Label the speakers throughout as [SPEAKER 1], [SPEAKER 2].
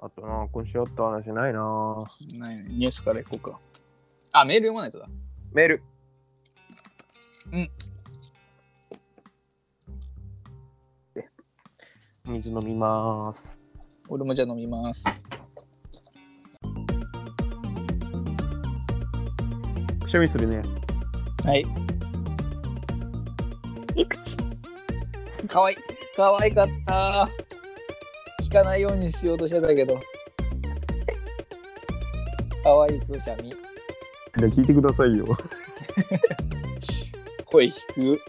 [SPEAKER 1] あとな、今週あった話ないな。
[SPEAKER 2] ないねニュースからいこうか。あ、メール読まないとだ。
[SPEAKER 1] メール。
[SPEAKER 2] うん。
[SPEAKER 1] で水飲みまーす。
[SPEAKER 2] 俺もじゃあ飲みます。
[SPEAKER 1] くしゃみするね。
[SPEAKER 2] はい。いくち。かわいい。かわいかった。聞かないようにしようとしてたけ ど。かわいいくしゃみ。
[SPEAKER 1] 聞いてくださいよ。
[SPEAKER 2] 声低く。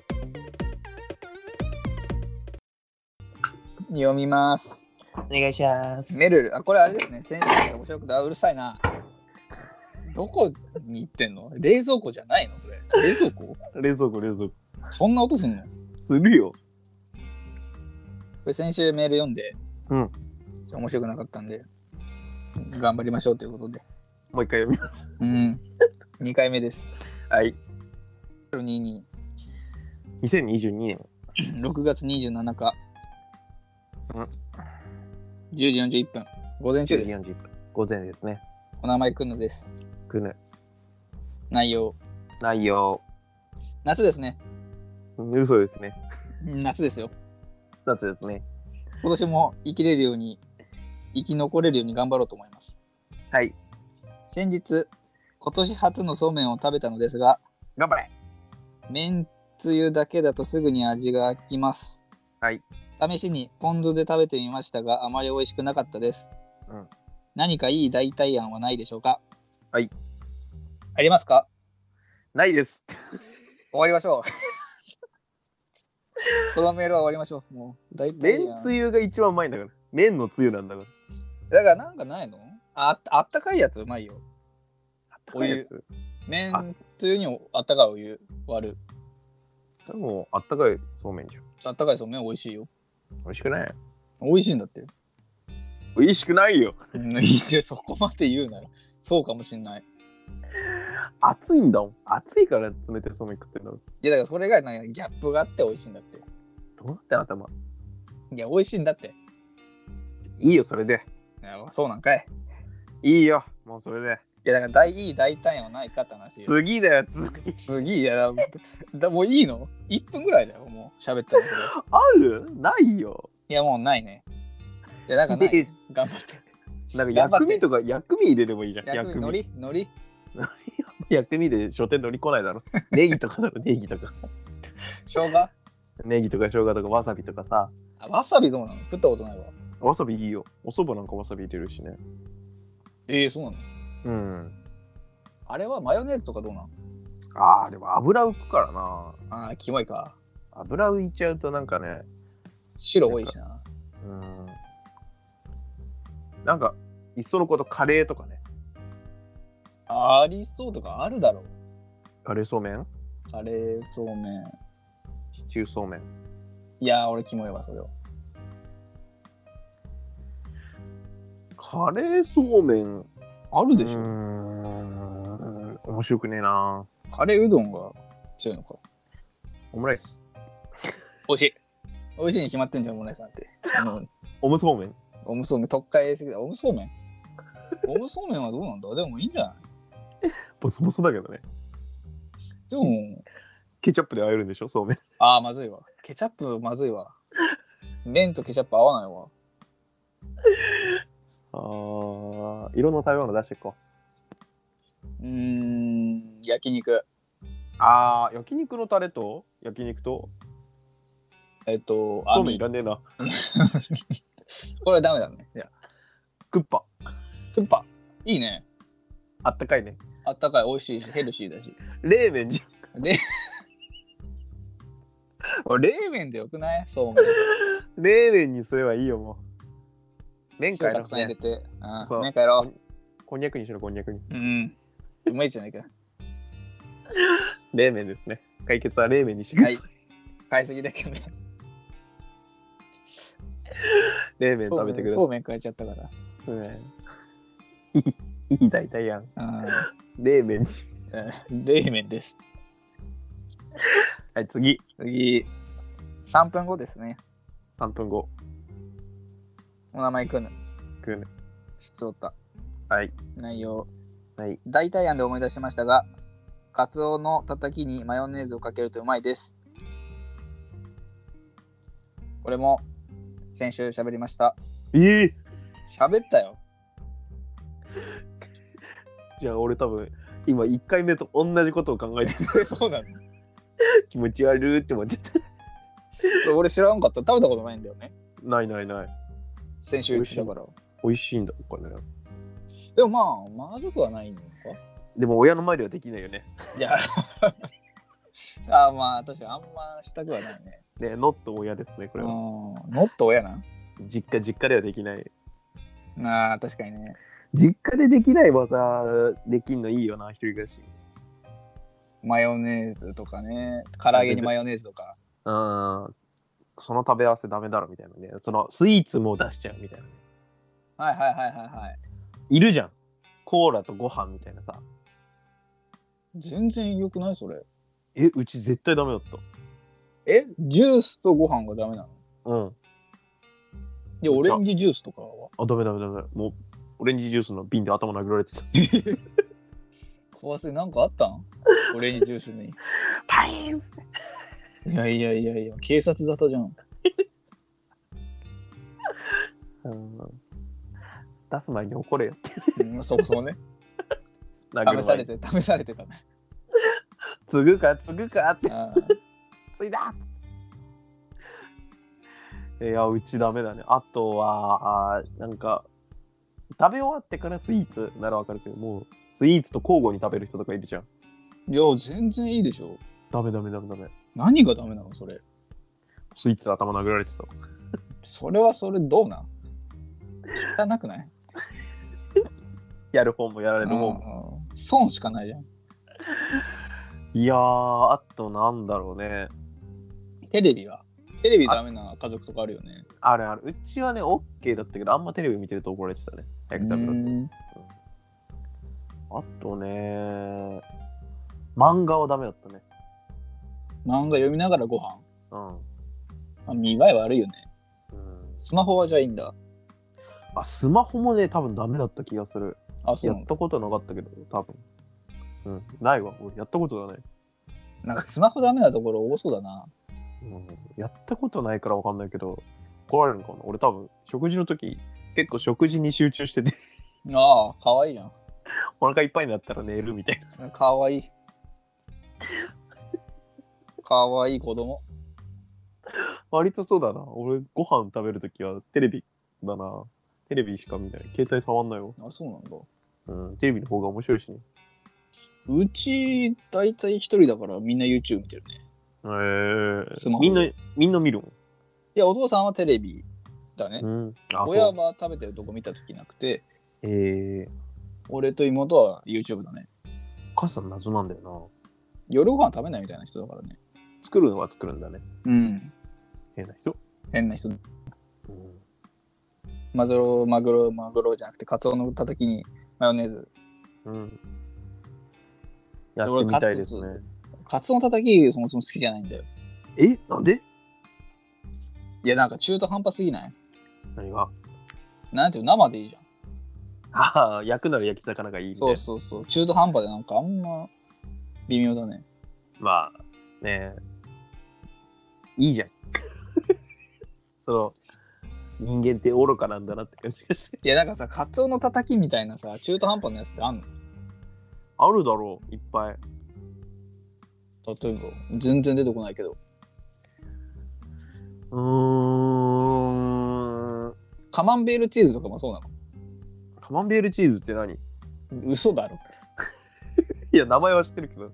[SPEAKER 2] 読みます。
[SPEAKER 1] お願いします。
[SPEAKER 2] メルル、あ、これあれですね。先生が面白くて、あ、うるさいな。どこに行ってんの冷蔵庫じゃないのこれ。冷蔵庫
[SPEAKER 1] 冷蔵庫、冷蔵庫。
[SPEAKER 2] そんな音すんのこ
[SPEAKER 1] するよ。
[SPEAKER 2] れ先週メール読んで、
[SPEAKER 1] うん。
[SPEAKER 2] 面白くなかったんで、頑張りましょうということで。
[SPEAKER 1] もう一回読みます。
[SPEAKER 2] うん。2回目です。
[SPEAKER 1] はい。
[SPEAKER 2] 22、
[SPEAKER 1] 2022年。
[SPEAKER 2] 6月27日。
[SPEAKER 1] うん
[SPEAKER 2] 10時41分。午前中です。
[SPEAKER 1] 40分。午前ですね。
[SPEAKER 2] お名前くんのです。
[SPEAKER 1] くぬ。
[SPEAKER 2] 内容。
[SPEAKER 1] 内容。
[SPEAKER 2] 夏ですね。
[SPEAKER 1] うん嘘ですね。
[SPEAKER 2] 夏ですよ。
[SPEAKER 1] 夏ですね。
[SPEAKER 2] 今年も生きれるように、生き残れるように頑張ろうと思います。
[SPEAKER 1] はい。
[SPEAKER 2] 先日、今年初のそうめんを食べたのですが、
[SPEAKER 1] 頑張れ
[SPEAKER 2] めんつゆだけだとすぐに味が飽きます。
[SPEAKER 1] はい。
[SPEAKER 2] 試しにポン酢で食べてみましたが、あまり美味しくなかったです。
[SPEAKER 1] うん
[SPEAKER 2] 何かいい代替案はないでしょうか
[SPEAKER 1] はい。
[SPEAKER 2] ありますか
[SPEAKER 1] ないです。
[SPEAKER 2] 終わりましょう。 このメールは終わりましょう。もう、代
[SPEAKER 1] め
[SPEAKER 2] 替
[SPEAKER 1] ん
[SPEAKER 2] 案。
[SPEAKER 1] つゆが一番うまいんだから。麺のつゆなんだから。
[SPEAKER 2] だからなんかないのああったかいやつうまいよ。お湯
[SPEAKER 1] 高いやつ。
[SPEAKER 2] 麺つゆにおあったかいお湯割る。
[SPEAKER 1] でもあったかいそうめんじゃん。
[SPEAKER 2] あったかいそうめん美味しいよ。
[SPEAKER 1] 美味しくない
[SPEAKER 2] 美味しいんだって。
[SPEAKER 1] 美味しくないよ。
[SPEAKER 2] うん、 いいしそこまで言うなら。そうかもしんない。
[SPEAKER 1] 暑いんだもん。暑いから冷たいそうめん食ってるんだろ。
[SPEAKER 2] いやだからそれがなんかギャップがあって美味しいんだって。
[SPEAKER 1] どうなってんの頭。
[SPEAKER 2] いや、美味しいんだって。
[SPEAKER 1] いいよ、それで。
[SPEAKER 2] いやそうなんかい。
[SPEAKER 1] いいよ、もうそれで。
[SPEAKER 2] いや、だから大いい大胆はないかって話よ。
[SPEAKER 1] 次だよ、次。
[SPEAKER 2] 次、いや、だだもういいの ?1 分ぐらいだよ、もう喋ったのけど。
[SPEAKER 1] あるないよ。
[SPEAKER 2] いや、もうないね。いや、だからない。
[SPEAKER 1] で
[SPEAKER 2] 頑張って。
[SPEAKER 1] なんか
[SPEAKER 2] 頑張っ
[SPEAKER 1] 薬
[SPEAKER 2] て
[SPEAKER 1] 味とか薬味入れればいいじゃん。
[SPEAKER 2] 薬味、のり、のり。
[SPEAKER 1] 薬味で書店乗り来ない だろ。ネギとかだろ、ネギとか。
[SPEAKER 2] 生姜
[SPEAKER 1] ネギとか生姜とかわさびとかさ。
[SPEAKER 2] あわさびどうなの食ったことないわ。
[SPEAKER 1] わさびいいよ。お蕎麦なんかわさび入れるしね。
[SPEAKER 2] ええそうなの
[SPEAKER 1] うん。
[SPEAKER 2] あれはマヨネーズとかどうなの
[SPEAKER 1] ああ、でも油浮くからな。
[SPEAKER 2] ああ、キモいか。
[SPEAKER 1] 油浮いちゃうとなんかね、
[SPEAKER 2] 白多いしな。
[SPEAKER 1] うん。なんか、いっそのことカレーとかね。
[SPEAKER 2] あありそうとかあるだろう。
[SPEAKER 1] カレーそうめん
[SPEAKER 2] カレー、そうめん。
[SPEAKER 1] シチューそうめん。
[SPEAKER 2] いやー、俺キモいわ、それは。
[SPEAKER 1] カレーそうめん
[SPEAKER 2] ある
[SPEAKER 1] うーん面白くねえな
[SPEAKER 2] カレーうどんが強いのか。
[SPEAKER 1] オムライス
[SPEAKER 2] 美味しい。美味しいに決まってんじゃん、オムライスなんて。あの
[SPEAKER 1] オムそうめん
[SPEAKER 2] オムそうめん、特化すぎだ。オムそうめんオムそうめんはどうなんだでもいいんじゃない
[SPEAKER 1] ボソボソだけどね
[SPEAKER 2] でも、
[SPEAKER 1] ケチャップで和えるんでしょそうめん
[SPEAKER 2] ああ、まずいわ。ケチャップまずいわ。麺とケチャップ合わないわ。
[SPEAKER 1] あーいろんな食べ物出していこう
[SPEAKER 2] うーん、焼肉。
[SPEAKER 1] あー焼肉のタレと焼肉と
[SPEAKER 2] えっと、
[SPEAKER 1] そうめんい
[SPEAKER 2] 網。
[SPEAKER 1] らねえな
[SPEAKER 2] これはダメだね。いや、
[SPEAKER 1] クッパ
[SPEAKER 2] クッパ。いいね。
[SPEAKER 1] あったかいね
[SPEAKER 2] あったかい、美味しいし、ヘルシーだし。
[SPEAKER 1] 冷麺じ
[SPEAKER 2] 俺冷麺でよくないそうめ
[SPEAKER 1] ゃ
[SPEAKER 2] ん。
[SPEAKER 1] ん冷麺にすればいいよもう麺か
[SPEAKER 2] た
[SPEAKER 1] ら
[SPEAKER 2] くさん入れて。
[SPEAKER 1] そ
[SPEAKER 2] うん、
[SPEAKER 1] う
[SPEAKER 2] 麺帰ろ
[SPEAKER 1] こんにゃくにしろこんにゃくに
[SPEAKER 2] う。うん。うまいじゃないか。
[SPEAKER 1] 冷麺ですね解決は冷麺にしてください、
[SPEAKER 2] は買いすぎだけどね。
[SPEAKER 1] 冷麺食べてくださ
[SPEAKER 2] そ
[SPEAKER 1] いう
[SPEAKER 2] めん変えちゃったから。
[SPEAKER 1] そうめんいいいい大体やん
[SPEAKER 2] う
[SPEAKER 1] 冷麺にし
[SPEAKER 2] ん。冷麺です。
[SPEAKER 1] はい次
[SPEAKER 2] 次。3分後ですね。
[SPEAKER 1] 3分後
[SPEAKER 2] お名前くぬ。
[SPEAKER 1] くぬ
[SPEAKER 2] 質おった。
[SPEAKER 1] はい。
[SPEAKER 2] 内容。
[SPEAKER 1] はい。
[SPEAKER 2] 代替案で思い出しましたが、カツオのたたきにマヨネーズをかけるとうまいです。これも先週喋りました。
[SPEAKER 1] ええ
[SPEAKER 2] 喋ったよ。
[SPEAKER 1] じゃあ俺多分今1回目と同じことを考えて
[SPEAKER 2] そうなの
[SPEAKER 1] 気持ち悪いって思ってた。
[SPEAKER 2] 俺知らんかった。食べたことないんだよね。
[SPEAKER 1] ないないない。
[SPEAKER 2] 先週言ってたから。
[SPEAKER 1] 美味しいんだこれ。
[SPEAKER 2] でもまあ、まずくはないのか。
[SPEAKER 1] でも親の前ではできないよね。
[SPEAKER 2] いや。 あーまあ、確かにあんましたくはないね。
[SPEAKER 1] ねノット親ですねこ
[SPEAKER 2] う
[SPEAKER 1] れ
[SPEAKER 2] ん
[SPEAKER 1] は。。
[SPEAKER 2] ノット親な。
[SPEAKER 1] 実家実家ではできない。
[SPEAKER 2] あー確かにね。
[SPEAKER 1] 実家でできない技できんのいいよな一人暮らし。
[SPEAKER 2] マヨネーズとかね。唐揚げにマヨネーズとか。
[SPEAKER 1] うん。その食べ合わせダメだろみたいなね。そのスイーツも出しちゃうみたいな。
[SPEAKER 2] はいはいはいはいはい。
[SPEAKER 1] いるじゃん。コーラとご飯みたいなさ。
[SPEAKER 2] 全然良くないそれ。
[SPEAKER 1] え、うち絶対ダメだった。
[SPEAKER 2] えジュースとご飯がダメなの
[SPEAKER 1] うん。
[SPEAKER 2] いや、オレンジジュースとかは
[SPEAKER 1] あ、ダメダメダメ。もう、オレンジジュースの瓶で頭殴られてた。
[SPEAKER 2] 怖すぎなんかあった んオレンジジュースに。
[SPEAKER 1] パイン
[SPEAKER 2] いやいやいやいや、警察沙汰じゃん。
[SPEAKER 1] うん出す前に怒れよ。
[SPEAKER 2] うん、そもそもね。
[SPEAKER 1] 殴る前に
[SPEAKER 2] 試され。て、試されてたね。
[SPEAKER 1] 継ぐか、継ぐかって、
[SPEAKER 2] あ
[SPEAKER 1] 継いだいや、うちダメだね。あとは、あーなんか、食べ終わってからスイーツならわかるけど、もう、スイーツと交互に食べる人とかいるじゃん。
[SPEAKER 2] ーいや、全然いいでしょ。
[SPEAKER 1] ダメダメダメダメ。
[SPEAKER 2] 何がダメなのそれ。
[SPEAKER 1] スイーツで頭殴られてた。
[SPEAKER 2] それはそれどうなん汚くない
[SPEAKER 1] やる方もやられる方も。
[SPEAKER 2] うんうん損しかないじゃん。
[SPEAKER 1] いやー、あとなんだろうね。
[SPEAKER 2] テレビは。テレビダメな家族とかあるよね。
[SPEAKER 1] あれあれ、うちはね、OK だったけど、あんまテレビ見てると怒られてたね。早く食べろって。
[SPEAKER 2] うん
[SPEAKER 1] あとね、漫画はダメだったね。
[SPEAKER 2] 漫画読みながらご飯
[SPEAKER 1] うん。
[SPEAKER 2] あ見栄え悪いよね。
[SPEAKER 1] うん、
[SPEAKER 2] スマホはじゃあいいんだ。
[SPEAKER 1] あ、スマホもね、多分ダメだった気がする。
[SPEAKER 2] あ、そ
[SPEAKER 1] や
[SPEAKER 2] うなん
[SPEAKER 1] っ
[SPEAKER 2] だ。
[SPEAKER 1] たことなかったけど、多分。うん、ないわ、俺。やったことがない。
[SPEAKER 2] なんかスマホダメなところ多そうだな。
[SPEAKER 1] うん、やったことないからわかんないけど、怒られるのかな俺多分、食事の時、結構食事に集中してて、
[SPEAKER 2] ああ、かわいいじゃん。
[SPEAKER 1] お腹いっぱいになったら寝るみたいな。
[SPEAKER 2] かわいい。かわいい子供。
[SPEAKER 1] 割とそうだな。俺、ご飯食べるときはテレビだな。テレビしか見ない。携帯触んないよ。
[SPEAKER 2] あ、そうなんだ。
[SPEAKER 1] うん、テレビの方が面白いしね。
[SPEAKER 2] うち、だいたい一人だからみんな YouTube 見てるね。
[SPEAKER 1] え
[SPEAKER 2] スマホ
[SPEAKER 1] みんな、みんな見る
[SPEAKER 2] いや、お父さんはテレビだね
[SPEAKER 1] も。ん。うん。あ、そ
[SPEAKER 2] 親
[SPEAKER 1] う。
[SPEAKER 2] は食べてるとこ見たときなくて、
[SPEAKER 1] えー、
[SPEAKER 2] 俺と妹は YouTube だね。
[SPEAKER 1] お母さん謎なんだよ
[SPEAKER 2] 夜ご飯食べないみたいな人だからね。
[SPEAKER 1] な。作るのは作るんだね。
[SPEAKER 2] うん。
[SPEAKER 1] 変な人。
[SPEAKER 2] 変な人。
[SPEAKER 1] うん。
[SPEAKER 2] マグロ、マグロ、マグロじゃなくて、カツオのたたきにマヨネーズ。
[SPEAKER 1] うん。やってみたいですね。
[SPEAKER 2] カツオのたたき、そもそも好きじゃないんだよ。
[SPEAKER 1] えなんで
[SPEAKER 2] いや、なんか中途半端すぎない
[SPEAKER 1] 何が
[SPEAKER 2] なんていうの生でいいじゃん。
[SPEAKER 1] ああ、焼くなら焼き魚がいいみたい
[SPEAKER 2] そう
[SPEAKER 1] な。
[SPEAKER 2] そうそう。中途半端でなんかあんま微妙だね。
[SPEAKER 1] まあ、ねえ。いいじゃん。 その、人間って愚かなんだなって感じがして。
[SPEAKER 2] いや、なんかさ、カツオのたたきみたいなさ、中途半端なやつってあんの
[SPEAKER 1] あるだろう、いっぱい。
[SPEAKER 2] 例えば、全然出てこないけど。
[SPEAKER 1] うーん。
[SPEAKER 2] カマンベールチーズとかもそうな
[SPEAKER 1] カマンベールチーズって何
[SPEAKER 2] の。嘘だろ。
[SPEAKER 1] いや、名前は知ってるけど。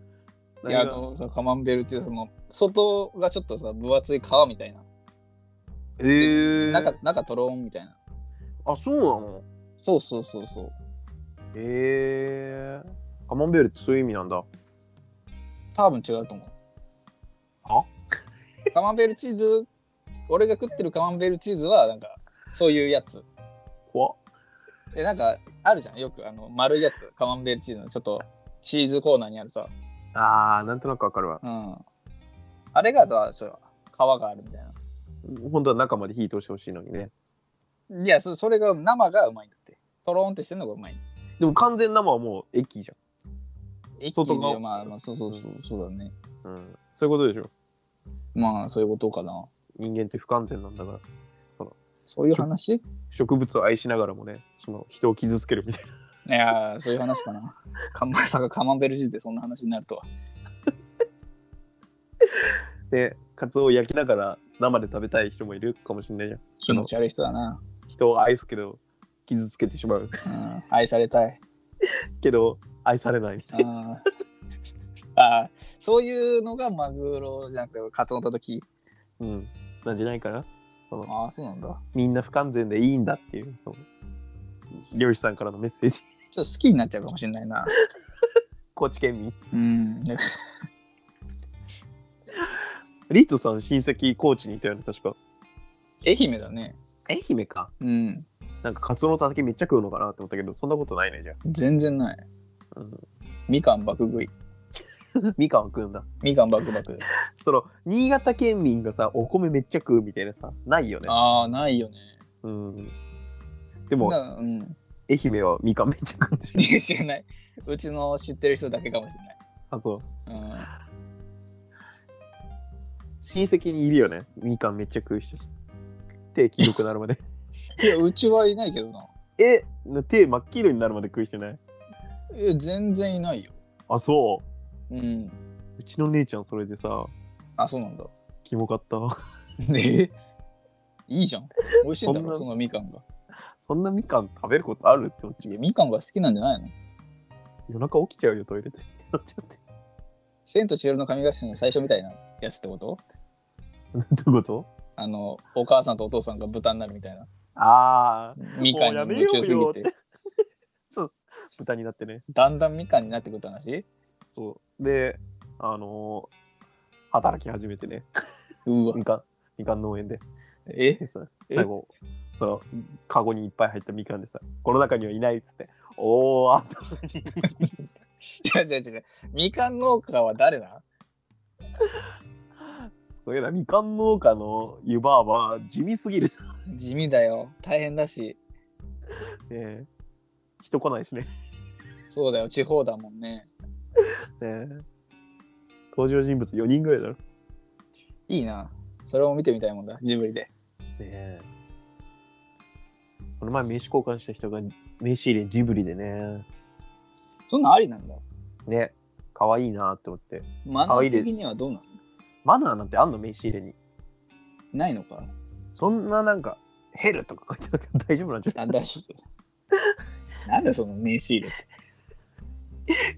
[SPEAKER 2] いや、あ
[SPEAKER 1] 何が
[SPEAKER 2] のさ、カマンベールチーズ、その、外がちょっとさ、分厚い皮みたいな。
[SPEAKER 1] えー、
[SPEAKER 2] 中、中とろんみたいな。
[SPEAKER 1] あ、そうなの
[SPEAKER 2] そうそうそうそう。
[SPEAKER 1] えー、カマンベールってそういう意味なんだ。
[SPEAKER 2] 多分違うと思う。
[SPEAKER 1] は
[SPEAKER 2] カマンベールチーズ、俺が食ってるカマンベールチーズは、なんか、そういうやつ。
[SPEAKER 1] 怖っ
[SPEAKER 2] で、なんか、あるじゃん。よく、あの、丸いやつ。カマンベールチーズの、ちょっと、チーズコーナーにあるさ。
[SPEAKER 1] あー、なんとなくわかるわ。
[SPEAKER 2] うん。あれがさ、そう皮があるみたい
[SPEAKER 1] 本当は中まで火通してほしいのにね。
[SPEAKER 2] な。いや、そそれが、生がうまいんだって。トローンってしてんのがうまい。
[SPEAKER 1] でも完全生はもう駅じ
[SPEAKER 2] 駅
[SPEAKER 1] 外側
[SPEAKER 2] でまあまあ、そうそうそう、そうだね。
[SPEAKER 1] ゃん。うん。そういうことでしょ。
[SPEAKER 2] まあ、そういうことかな。
[SPEAKER 1] 人間って不完全なんだから。
[SPEAKER 2] そういう 話い
[SPEAKER 1] 植物を愛しながらもね、その人を傷つけるみ たいな。
[SPEAKER 2] やー、そういう話かな。かまさかカマンベールチーズでそんな話になるとは。
[SPEAKER 1] で、カツオを焼きながら生で食べたい人もいるかもしれないじゃん。
[SPEAKER 2] 気持ち悪い人だな。
[SPEAKER 1] 人を愛すけど、傷つけてしまう。
[SPEAKER 2] うん、愛されたい。
[SPEAKER 1] けど、愛されない。
[SPEAKER 2] あーあー、そういうのがマグロじゃなくて、カツオのたとき。
[SPEAKER 1] うん。なんじゃないかな。
[SPEAKER 2] ああ、そうなんだ。ちょ
[SPEAKER 1] みんな不完全でいいんだっていう、その漁師さんからのメッセージ。
[SPEAKER 2] っと好きになっちゃうかもしれないな。
[SPEAKER 1] 高知県民。
[SPEAKER 2] うん。
[SPEAKER 1] リットさん親戚高知にいたよね、確か。
[SPEAKER 2] 愛媛だね。
[SPEAKER 1] 愛媛か。
[SPEAKER 2] うん。
[SPEAKER 1] なんかカツオのたたきめっちゃ食うのかなって思ったけど、そんなことないね、じゃ
[SPEAKER 2] 全然ない。
[SPEAKER 1] あ。うん、
[SPEAKER 2] みかん爆食い。
[SPEAKER 1] みかんは食うんだ。
[SPEAKER 2] みかん爆爆。
[SPEAKER 1] その、新潟県民がさ、お米めっちゃ食うみたいなさ、ないよね。
[SPEAKER 2] ああ、ないよね。
[SPEAKER 1] うん。でも、
[SPEAKER 2] なうん。
[SPEAKER 1] 愛媛はみかんめっちゃ食うんでしょ。
[SPEAKER 2] 知らない。うちの知ってる人だけかもし
[SPEAKER 1] あ、そう。
[SPEAKER 2] れない。
[SPEAKER 1] 親戚にいるよね。みかんめっちゃ食う人。手黄色くなるまで。
[SPEAKER 2] うん。いや、うちはいないけどな。
[SPEAKER 1] え、手真っ黄色になるまで食う人いない
[SPEAKER 2] いや、全然いないよ。
[SPEAKER 1] あ、そう。
[SPEAKER 2] うん。
[SPEAKER 1] うちの姉ちゃんそれでさ、
[SPEAKER 2] あ、そうなんだ。
[SPEAKER 1] キモかった。
[SPEAKER 2] えいいじゃん。美味しいんだろ、
[SPEAKER 1] そんな
[SPEAKER 2] そのみかんが。
[SPEAKER 1] そんなみかん食べることあるって思っちゃ
[SPEAKER 2] いうや、みかんが好きなんじゃないの
[SPEAKER 1] 夜中起きちゃうよ、トイレで。 なっちゃって
[SPEAKER 2] 千と千尋の神隠しの最初みたいなやつってこと
[SPEAKER 1] どういうこと
[SPEAKER 2] あの、お母さんとお父さんが豚になるみたいな。
[SPEAKER 1] ああ、
[SPEAKER 2] みかんに夢中す
[SPEAKER 1] もう
[SPEAKER 2] ぎ
[SPEAKER 1] やめよう
[SPEAKER 2] て。
[SPEAKER 1] 豚になってね。
[SPEAKER 2] だんだんみかんになってくった話
[SPEAKER 1] そう。で、あのー働き始めてね。
[SPEAKER 2] うわ。
[SPEAKER 1] みかん、みかん農園で。
[SPEAKER 2] え
[SPEAKER 1] でさ
[SPEAKER 2] え
[SPEAKER 1] 最後、その、カゴにいっぱい入ったみかんでさ、この中にはいないっつって、おー、あったのに
[SPEAKER 2] 違う違う違う。みかん農家は誰だ
[SPEAKER 1] そういうな、みかん農家の湯婆婆、地味すぎる。
[SPEAKER 2] 地味だよ。大変だし。
[SPEAKER 1] ね人来ないしね。
[SPEAKER 2] そうだよ。地方だもんね。
[SPEAKER 1] ね登場人物4人ぐらいだろ。
[SPEAKER 2] いいな。それも見てみたいもんだ。ジブリで。
[SPEAKER 1] ねえ。この前名刺交換した人が名刺入れジブリでね。
[SPEAKER 2] そんなんありなんだ。
[SPEAKER 1] ね。可愛いなって思って。
[SPEAKER 2] マナ
[SPEAKER 1] 可愛
[SPEAKER 2] ー
[SPEAKER 1] いです
[SPEAKER 2] 的にはどうなの
[SPEAKER 1] マナーなんてあんの名刺入れに。
[SPEAKER 2] ないのか。
[SPEAKER 1] そんななんか、ヘルとか書いてなくて大丈夫なんじゃない
[SPEAKER 2] あ、大 丈夫。なんだその名刺入れって。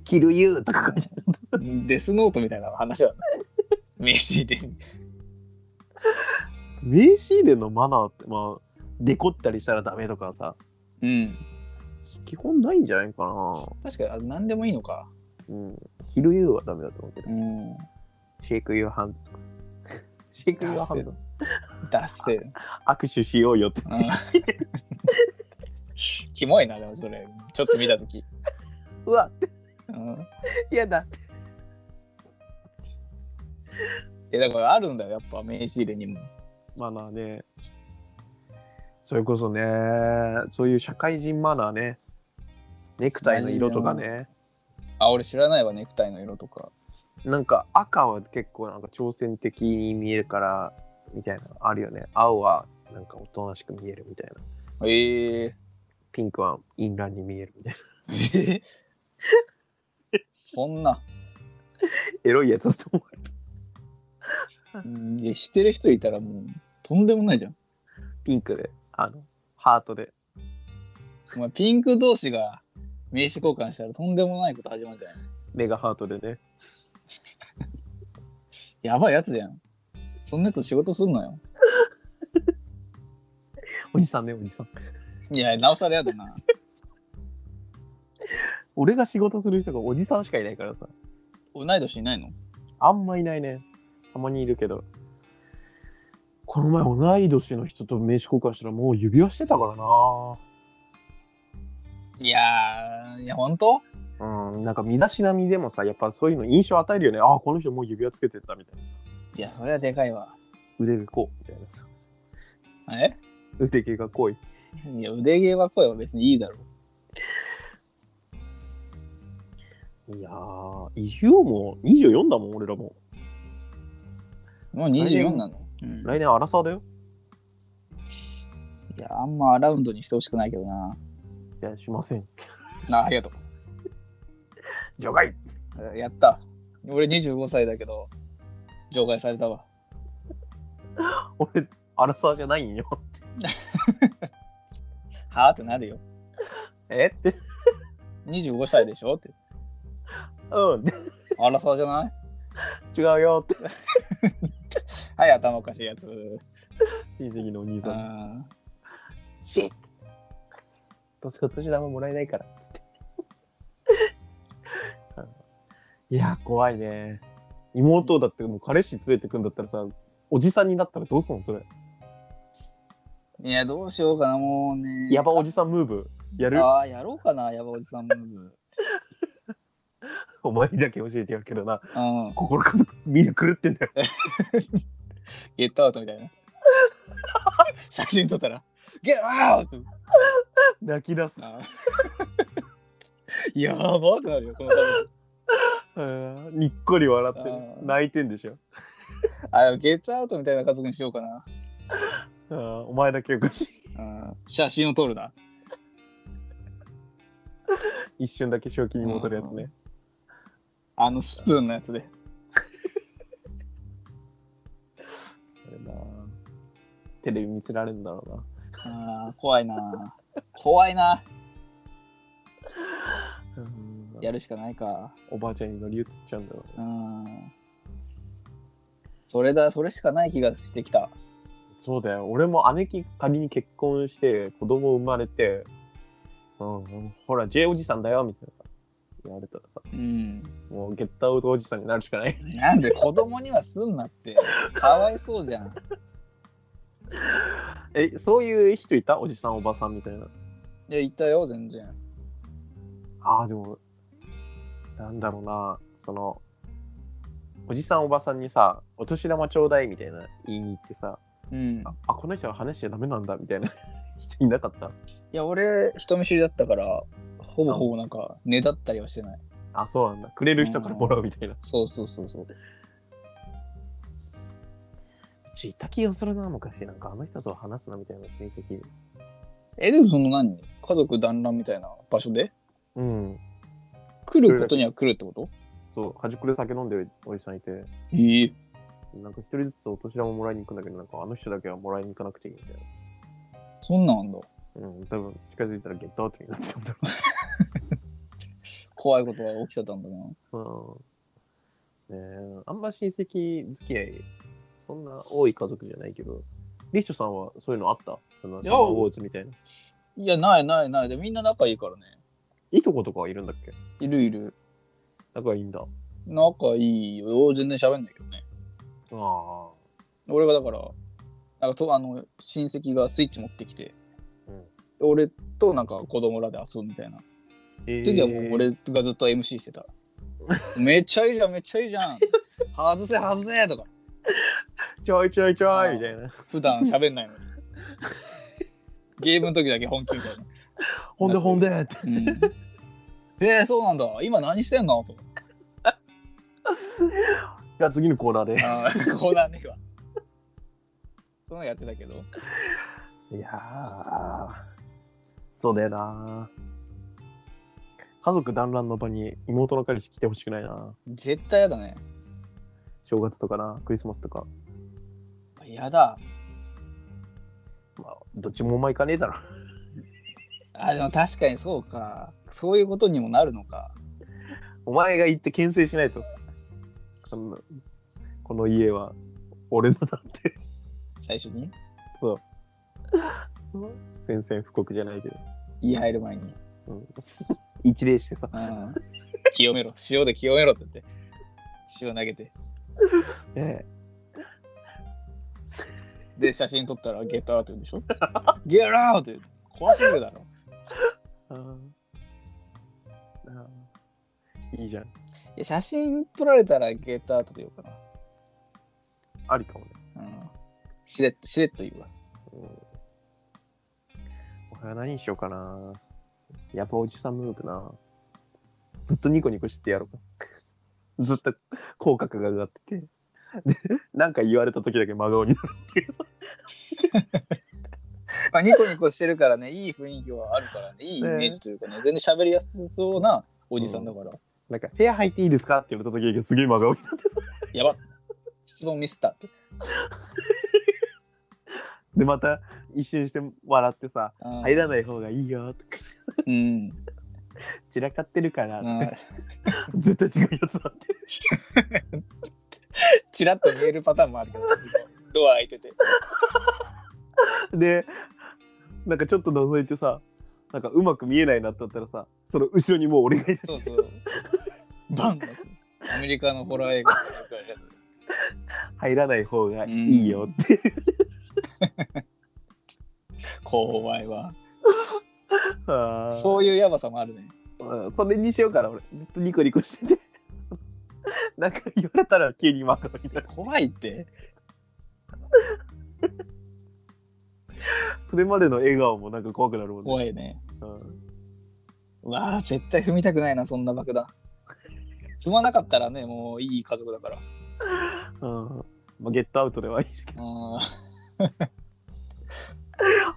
[SPEAKER 1] キルユーとか書いて
[SPEAKER 2] デスノートみたいな 話だな。名刺入れに。
[SPEAKER 1] 名刺入れのマナーって、まあ、デコったりしたらダメとかさ、
[SPEAKER 2] うん。
[SPEAKER 1] 基本ないんじゃないかな。
[SPEAKER 2] 確かにあ何でもいいのか。
[SPEAKER 1] うん。キルユーはダメだと思うけど
[SPEAKER 2] う。ん。
[SPEAKER 1] シェイクユーハンズとか。シェイクユーハンズ。
[SPEAKER 2] ダッセー。
[SPEAKER 1] 握手しようよって。
[SPEAKER 2] うんキモいな、でもそれ。ちょっと見たとき。
[SPEAKER 1] うわ、
[SPEAKER 2] うん
[SPEAKER 1] 嫌だ。
[SPEAKER 2] いやだからあるんだよ、やっぱ名刺入れにも。
[SPEAKER 1] マナーね。それこそね、そういう社会人マナーね。ネクタイの色とかね。
[SPEAKER 2] あ、俺知らないわ、ネクタイの色とか。
[SPEAKER 1] なんか赤は結構なんか挑戦的に見えるから、みたいなのあるよね。青はなんかおとなしく見えるみたいな。
[SPEAKER 2] ええ
[SPEAKER 1] ピンクは淫乱に見えるみたいな。
[SPEAKER 2] ー。そんな。
[SPEAKER 1] エロいやつだと思う。
[SPEAKER 2] うんいや、知ってる人いたらもう、とんでもないじゃん。
[SPEAKER 1] ピンクで、あの、ハートで。
[SPEAKER 2] お前、ピンク同士が名刺交換したらとんでもないこと始まるんじゃない
[SPEAKER 1] メガハートでね。
[SPEAKER 2] やばいやつじゃん。そんなやつ仕事すんなよ。
[SPEAKER 1] おじさんね、おじさん。
[SPEAKER 2] いや、なおさらやだな。
[SPEAKER 1] 俺が仕事する人がおじさんしかいないからさ。
[SPEAKER 2] 同い年いないの
[SPEAKER 1] あんまいないね。たまにいるけど。この前、同い年の人と名刺交換したら、もう指輪してたから
[SPEAKER 2] いやー、いや、ほんと
[SPEAKER 1] な。うん、なんか身だしなみでもさ、やっぱそういうの印象与えるよね。ああ、この人もう指輪つけてたみたいなさ。
[SPEAKER 2] いや、それはでかいわ。
[SPEAKER 1] 腕がこう、みたいなさ。
[SPEAKER 2] え
[SPEAKER 1] 腕毛が濃い。
[SPEAKER 2] いや、腕毛は声は別にいいだろう。
[SPEAKER 1] いやー、一応もう24だもん、俺らも。
[SPEAKER 2] もう24なの、うん、
[SPEAKER 1] 来年、アラサーだよ。
[SPEAKER 2] いや、あんまアラウンドにしてほしくないけどな。
[SPEAKER 1] いや、しません。
[SPEAKER 2] あ、ありがと
[SPEAKER 1] 除外
[SPEAKER 2] う。やった。俺25歳だけど、除外されたわ。
[SPEAKER 1] 俺、アラサーじゃないんよ。
[SPEAKER 2] はあってなるよ。
[SPEAKER 1] えって。
[SPEAKER 2] 25歳でしょって。
[SPEAKER 1] うん、
[SPEAKER 2] あらそうじゃない
[SPEAKER 1] 違うよって。
[SPEAKER 2] はい、頭おかしいやつ。
[SPEAKER 1] 親戚のお兄さん。
[SPEAKER 2] あー
[SPEAKER 1] シッどうせお年玉もらえないから。 いや、怖いね。妹だってもう彼氏連れてくんだったらさ、おじさんになったらどうすんのそれ。
[SPEAKER 2] いや、どうしようかな、もうね。
[SPEAKER 1] ヤバおじさんムーブやる
[SPEAKER 2] ああ、やろうかな、やばおじさんムーブ。
[SPEAKER 1] お前にだけ教えてやるけどな。
[SPEAKER 2] うん。
[SPEAKER 1] 心家族みんな狂ってんだよ。
[SPEAKER 2] ゲットアウトみたいな。写真撮ったら、ゲットアウト
[SPEAKER 1] 泣き出す。
[SPEAKER 2] あー やばくなるよ、この画
[SPEAKER 1] うんにっこり笑って
[SPEAKER 2] あ
[SPEAKER 1] る
[SPEAKER 2] ー
[SPEAKER 1] 泣いてんでしょ。
[SPEAKER 2] 面あ、でもゲットアウトみたいな家族にしようかな。
[SPEAKER 1] うんお前だけおかしい。
[SPEAKER 2] うん、写真を撮るな。
[SPEAKER 1] 一瞬だけ正気に戻るやつね。
[SPEAKER 2] あのスプーンのやつで。
[SPEAKER 1] テレビ見せられるんだろうな。
[SPEAKER 2] あー怖いな。怖いな。
[SPEAKER 1] うん
[SPEAKER 2] やるしかないか。
[SPEAKER 1] おばあちゃんに乗り移っちゃうんだろうね
[SPEAKER 2] うん。それだ、それしかない気がしてきた。
[SPEAKER 1] そうだよ俺も姉貴仮に結婚して子供生まれて、うんうん、ほら J おじさんだよみたいなさ言われたらさ
[SPEAKER 2] うん。
[SPEAKER 1] もうゲットアウトおじさんになるしかない
[SPEAKER 2] なんで子供にはすんなって。かわいそうじゃん。
[SPEAKER 1] えそういう人いたおじさんおばさんみたいない
[SPEAKER 2] や、言ったよ、全然。
[SPEAKER 1] あーでもなんだろうなそのおじさんおばさんにさお年玉ちょうだいみたいな言いに行ってさ
[SPEAKER 2] うん。
[SPEAKER 1] ああこの人は話しちゃダメなんだみたいな 人いなかった
[SPEAKER 2] いや、俺、人見知りだったから、ほぼほぼなんか、ねだったりはしてない。
[SPEAKER 1] あそうなんだくれる人からもらうみたいな
[SPEAKER 2] そうそうそうそう。
[SPEAKER 1] うちいた気がするな昔なんかあの人と話すなみたいな親戚
[SPEAKER 2] え、でもその何家族団らんみたいな場所で
[SPEAKER 1] うん
[SPEAKER 2] 来ることには来るってこと
[SPEAKER 1] そう、端っこで酒飲んでるおじさんいて、
[SPEAKER 2] ええ
[SPEAKER 1] なんか一人ずつお年玉もらいに行くんだけど、なんかあの人だけはもらいに行かなくていいみたい
[SPEAKER 2] そんなんあんだ。
[SPEAKER 1] な。うん、多分近づいたらゲットアウトになってたんだ
[SPEAKER 2] 怖いことが起きてたんだな。
[SPEAKER 1] ろう。 うん。ねえ、あんま親戚付き合い、そんな多い家族じゃないけど、リッショさんはそういうのあったその
[SPEAKER 2] い
[SPEAKER 1] サ
[SPEAKER 2] や
[SPEAKER 1] マーウォーズみたいな。
[SPEAKER 2] いや、ないないない。でみんな仲いいからね。
[SPEAKER 1] いとことかはいるんだっけ
[SPEAKER 2] いるいる。
[SPEAKER 1] 仲いいんだ。あ
[SPEAKER 2] 仲いいよ。全然喋んないけどね。
[SPEAKER 1] あ。
[SPEAKER 2] 俺がだから、なんかとあの親戚がスイッチ持ってきて、
[SPEAKER 1] うん
[SPEAKER 2] 俺となんか子供らで遊ぶみたいな。
[SPEAKER 1] えー
[SPEAKER 2] 時はもう俺がずっと MC して た。めっちゃいいじゃん、めっちゃいいじゃん。外せ、外せとか。
[SPEAKER 1] ちょいちょいちょ
[SPEAKER 2] あ
[SPEAKER 1] い
[SPEAKER 2] ー
[SPEAKER 1] みたいな。
[SPEAKER 2] 普段喋んな いのに。ゲームの時だけ本気みたいな。
[SPEAKER 1] ほんでほんでって。
[SPEAKER 2] うん、えー、そうなんだ。今何してんのとか。
[SPEAKER 1] じゃあ次のコーナーで。
[SPEAKER 2] あーこうなんねえわ。そのやってたけど。
[SPEAKER 1] いやー、そうだよな。家族団らんの場に妹の彼氏来てほしくないな。
[SPEAKER 2] 絶対やだね。
[SPEAKER 1] 正月とかな、クリスマスとか。
[SPEAKER 2] やだ。
[SPEAKER 1] まあ、どっちもお前行かねえだろ。
[SPEAKER 2] あ、でも確かにそうか。そういうことにもなるのか。
[SPEAKER 1] お前が行って牽制しないと。こんなこの家は俺のだって。
[SPEAKER 2] 最初に
[SPEAKER 1] 宣戦布告じゃないけど。
[SPEAKER 2] 家入る前に、
[SPEAKER 1] うん、一礼してさ。
[SPEAKER 2] うん、清めろ塩で清めろって言って塩投げて
[SPEAKER 1] ね
[SPEAKER 2] で写真撮ったらゲットアウトでしょゲットアウト怖すぎるだろ
[SPEAKER 1] えあーあーいいじゃん。
[SPEAKER 2] いや写真撮られたらゲットアウトでようか
[SPEAKER 1] ありかもね。
[SPEAKER 2] な、うん、しれっとしれっと言うわ
[SPEAKER 1] うん俺は何にしようかな。やっぱおじさんムーブな。ずっとニコニコしててやろうか。ずっと口角が上がってて。で、なんか言われた時だけ真顔になる。
[SPEAKER 2] まあ、ニコニコしてるからね、いい雰囲気はあるからね、いいイメージというかね、全然喋りやすそうなおじさんだから、
[SPEAKER 1] なんか、部屋入っていいですかって言われた時だけすげえ真顔になる。
[SPEAKER 2] やば質問ミスったって。
[SPEAKER 1] で、また一瞬して笑ってさ、
[SPEAKER 2] うん
[SPEAKER 1] 入らない方がいいよとか、
[SPEAKER 2] うん。
[SPEAKER 1] 散らかってるからと
[SPEAKER 2] う
[SPEAKER 1] か
[SPEAKER 2] ん、
[SPEAKER 1] 絶対違うやつだって。
[SPEAKER 2] チラッと見えるパターンもあるけど、ドア開いてて。
[SPEAKER 1] でなんかちょっと覗いてさなんかうまく見えないなってなったらさその後ろにもう俺がいる
[SPEAKER 2] そうそう。バンのやつアメリカのホラー映画とかよくあるやつ
[SPEAKER 1] 入らない方がいいよって、
[SPEAKER 2] 怖いわ。
[SPEAKER 1] あー
[SPEAKER 2] そういうやばさもあるね。
[SPEAKER 1] うんそれにしようから俺ずっとニコニコしてて なんか言われたら急にマカロになる
[SPEAKER 2] 怖いって。
[SPEAKER 1] それまでの笑顔もなんか怖くなるもんね、
[SPEAKER 2] 怖いね。
[SPEAKER 1] うん
[SPEAKER 2] うわあ、絶対踏みたくないな、そんな爆弾。踏まなかったらね、もういい家族だから。
[SPEAKER 1] うんまあ、ゲットアウトではいい
[SPEAKER 2] うん。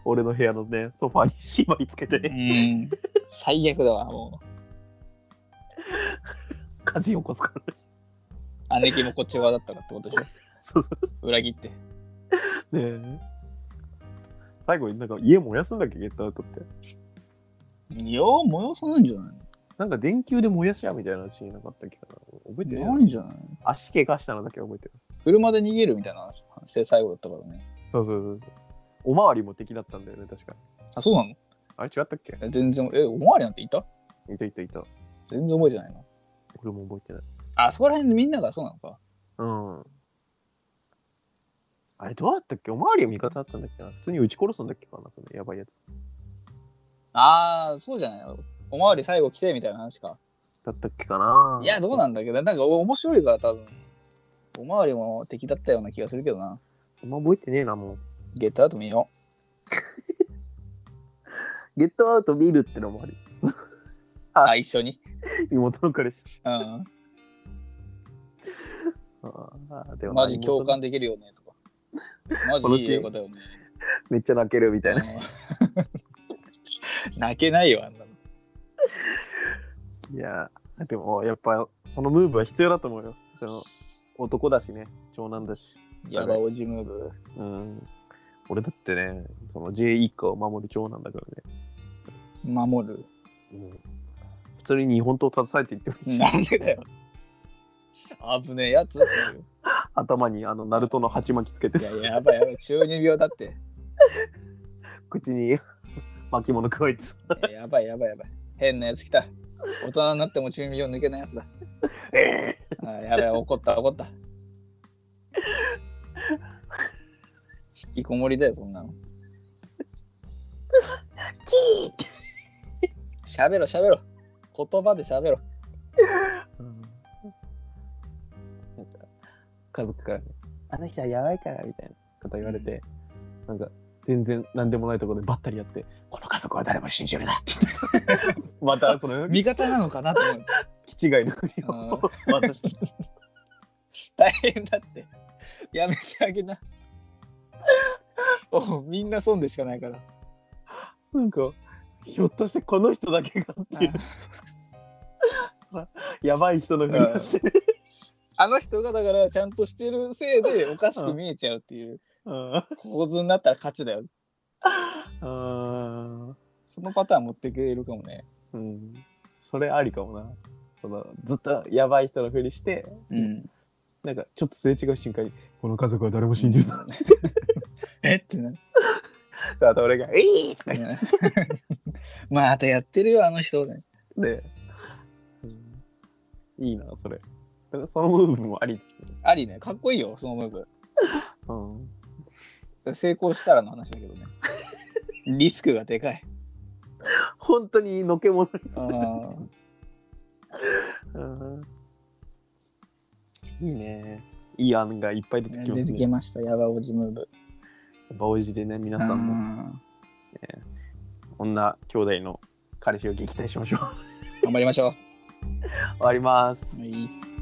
[SPEAKER 1] 俺の部屋のねソファに縛りつけてね
[SPEAKER 2] うん最悪だわ、もう。
[SPEAKER 1] 火事起こすからね
[SPEAKER 2] 姉貴もこっち側だったからってことでし
[SPEAKER 1] そう
[SPEAKER 2] ょ。裏切って。
[SPEAKER 1] ねえ最後になんか家燃やすんだっけゲットアウトって
[SPEAKER 2] いや、燃やさないんじゃない
[SPEAKER 1] なんか電球で燃やしやみたいなシーンなかったっけかな覚えて
[SPEAKER 2] の
[SPEAKER 1] な。
[SPEAKER 2] ないいんじゃない
[SPEAKER 1] 足怪我したのだけ覚えてる。
[SPEAKER 2] 車で逃げるみたいな話で最後だったからね。
[SPEAKER 1] そうそうそうそう。おまわりも敵だったんだよね、確か。
[SPEAKER 2] あ、そうなの
[SPEAKER 1] あれ違ったっけ
[SPEAKER 2] え全然、え、おまわりなんていた
[SPEAKER 1] いたいたいた。
[SPEAKER 2] 全然覚えてないな。
[SPEAKER 1] 俺も覚えてない。
[SPEAKER 2] あ、そこら辺みんながそうなのか。
[SPEAKER 1] うん。あれどうだったっけおまわりは味方だったんだっけな普通に撃ち殺すんだっけかなそのやばいやつ。
[SPEAKER 2] ああ、そうじゃないのおまわり最後来てみたいな話か。
[SPEAKER 1] だったっけかない
[SPEAKER 2] や、どうなんだけど、なんか面白いから多分。おまわりも敵だったような気がするけどな。
[SPEAKER 1] あんま覚えてねえな、もう。
[SPEAKER 2] ゲットアウト見よ
[SPEAKER 1] ゲットアウト見るってのもあり。
[SPEAKER 2] う。
[SPEAKER 1] あ
[SPEAKER 2] あ、一緒に。
[SPEAKER 1] 妹の彼氏。
[SPEAKER 2] うん。
[SPEAKER 1] ああ、でも
[SPEAKER 2] マジ共感できるよね、とか。マジいい映画だよね。
[SPEAKER 1] めっちゃ泣けるみたいな。
[SPEAKER 2] うん泣けないよ、あんなの。
[SPEAKER 1] いやー、でもやっぱそのムーブは必要だと思うよ。その男だしね、長男だし。
[SPEAKER 2] やばおじムーブ。
[SPEAKER 1] うん。俺だってね、その J 一家を守る長男だからね。
[SPEAKER 2] 守る。
[SPEAKER 1] うん、普通に日本刀を携えていってほしい。
[SPEAKER 2] なんでだよ。危ねえやつ。い
[SPEAKER 1] 頭にあのナルトの鉢巻きつけてさ
[SPEAKER 2] や、やばいやばい。中二病だって。
[SPEAKER 1] 口に 巻物加えてさ
[SPEAKER 2] いややばいやばいやばい。変なやつ来た。大人になっても中二病抜けないやつだ。
[SPEAKER 1] ええ
[SPEAKER 2] あやばい、怒った怒った。引きこもりだよ、そんなの。喋ろ喋ろ。言葉で喋ろ。
[SPEAKER 1] うんなんか家族からね、あの人はやばいからみたいなこと言われて、なんか全然何でもないところでばったりやって、この家族は誰も信じるなって言って またその
[SPEAKER 2] 味方なのかなと思う。
[SPEAKER 1] 気違いの国を 渡して
[SPEAKER 2] 大変だって。やめてあげな。おうみんな損でしかない から。
[SPEAKER 1] なんかひょっとしてこの人だけがっていうやばい人のふりをしてね、
[SPEAKER 2] あの人がだからちゃんとしてるせいでおかしく見えちゃうっていう
[SPEAKER 1] うん
[SPEAKER 2] 構図になったら勝ちだよ。
[SPEAKER 1] あー
[SPEAKER 2] そのパターン持ってくれるかもね。
[SPEAKER 1] うんそれありかもなそのずっとやばい人のふりして
[SPEAKER 2] うん。
[SPEAKER 1] なんかちょっとすれ違う瞬間に「この家族は誰も信じるな」
[SPEAKER 2] えってな。
[SPEAKER 1] あと俺が「えい!」とか言っ
[SPEAKER 2] またやってるよ、あの人ね。
[SPEAKER 1] て、うんいいなそれだからその部分もありですね
[SPEAKER 2] ありね、かっこいいよ、そのムー
[SPEAKER 1] うん
[SPEAKER 2] ブ。成功したらの話だけどね。リスクがでかい。
[SPEAKER 1] 本当にのけものに
[SPEAKER 2] あー
[SPEAKER 1] うんいいね。いい案がいっぱい出てきます
[SPEAKER 2] 出てき
[SPEAKER 1] ね。
[SPEAKER 2] ました、ヤバおじムーブ。
[SPEAKER 1] バオジでね、皆さんも
[SPEAKER 2] 頑
[SPEAKER 1] 女兄弟の彼氏を撃退しましょう。
[SPEAKER 2] 張りましょう。
[SPEAKER 1] 終わります。
[SPEAKER 2] いいっす。